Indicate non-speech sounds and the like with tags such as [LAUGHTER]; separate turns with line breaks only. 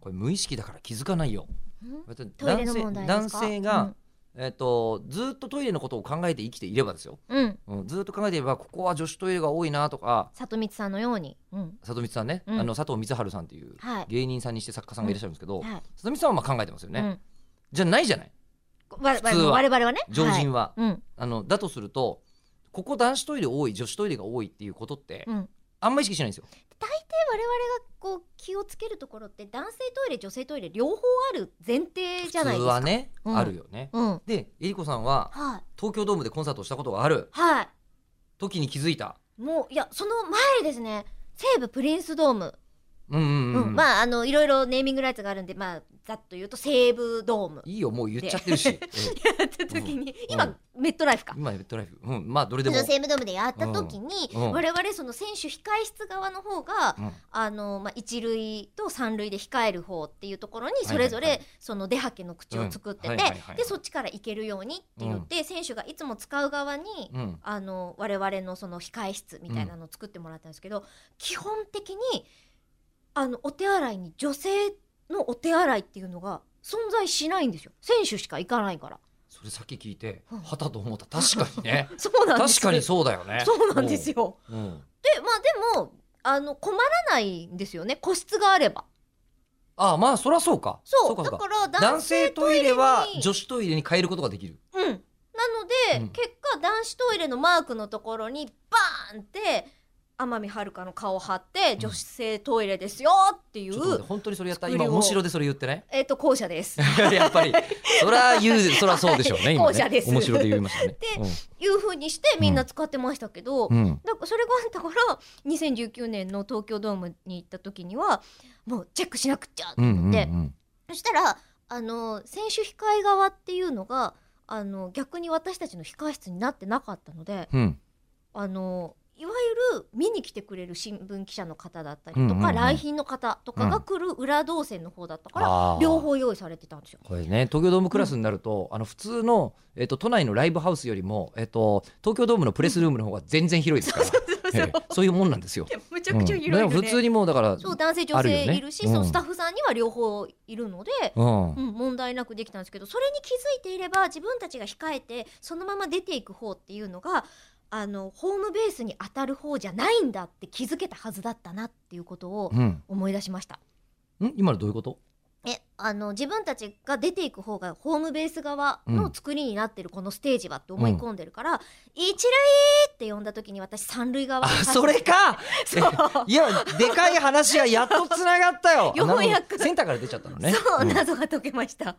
これ無意識だから気づかないよ
ん
別に
トイレ
男
の
性
問題です
男
か
性が、えっとずっとトイレのことを考えて生きていればですよ、
うん、うん、
うん、ずっと考えていればここは女子トイレが多いなとか
里光さんのように、うん、
里光さんね、
うん
あの佐藤光晴さんっていう
はい、
芸人さんにして作家さんがいらっしゃるんですけど、
はい、
里光さんはまあ考えてますよね、
うん、
じゃないじゃない
わ
普通は
わ我々はね、
常人
は
は、
い、うん、
あのだとするとここ男子トイレ多い女子トイレが多いっていうことって、
うん、で
あんま意識しないんですよ
我々がこう気をつけるところって男性トイレ女性トイレ両方ある前提じゃない
普通
ですか。
はね、
うん
あるよね
うん、はい、
でえりこさんは東京ドームでコンサートをしたことがある
はい。
時に気づいた
もういやその前ですね西武プリンスドーム、
うんうん
う
うんん、
まああのいろいろネーミングライツがあるんでまあざっと言うと西武ドーム
いいよもう言っちゃってる
[LAUGHS]
し、ええ
やった時に、
う
今
ん
メットライフか。
今ドライフうんまあどれでも
西武ドームでやった時に、
うんうん
我々その選手控え室側の方が、
うん
あのまあ、一塁と三塁で控える方っていうところに
い
それぞ
はい
れその出はけの口を作ってて、
うんはいはいはい
でそっちから行けるようにって言って、選手がいつも使う側に、
うん
あの我々のその控え室みたいなのを作ってもらったんですけど、基本的にあのお手洗いに女性のお手洗いっていうのが存在しないんですよ選手しか行かないから
それさっき聞いて
うん
はたと思った確かにね
[LAUGHS] そうなんです
確かにそうだよね
そうなんですよ
うんうん
でまあでもあの困らないんですよね個室があれば
あまあそりゃそうか
そう
か
だ
か
から男
男
性
性
ト
ト
イ
イ
レ
レは
に
女子トイレに変えることができる
うんなので、
うん
結果男子トイレのマークのところにバーンって天海遥の顔貼って、
ん
女子性トイレですよって
ち
い
ょっと待って
う
本当にそれやった
作り
今
を
面白でそれ言ってね [LAUGHS]
えっ、と校舎です。
やっぱりそりゃ言うそりゃそうでしょうね
[LAUGHS]
今
後者
ね
です
面白で言いましたね
いう風にしてみんな使ってましたけど、
うんうん
だからそれがあったから2019年の東京ドームに行った時にはもうチェックしなくっちゃと
うんうん
思
う
って、
ん
そしたらあの選手控え側っていうのがあの逆に私たちの控え室になってなかったので
うん
あのいわゆる見に来てくれる新聞記者の方だったりとか、
うんうんうん
来賓の方とかが来る裏動線の方だったから、
あー
両方用意されてたんですよ。
これね東京ドームクラスになると、あの普通の、えっと都内のライブハウスよりも、えっと東京ドームのプレスルームの方が全然広いです
[LAUGHS]
から、ええそういうもんなんですよ。
むち
うんでも普通にもうだから
そう男性女
あるよ
性
ね
いるし
うん
そうスタッフさんには両方いるので、
うん
うん、問題なくできたんですけどそれに気づいていれば自分たちが控えてそのまま出ていく方っていうのがあのホームベースに当たる方じゃないんだって気づけたはずだったなっていうことを
うん、
思い出しました。
ん今のどういうこと？
えあの自分たちが出ていく方がホームベース側の作りになってるこのステージはって思い込んでるから、一塁って呼んだ時に私三塁側
あ
に走って
それか。
そう
いやでかい話がやっとつながったよ。
ようやく
あなるほどセンターから出ちゃったのね。
そう、
ん
謎が解けました。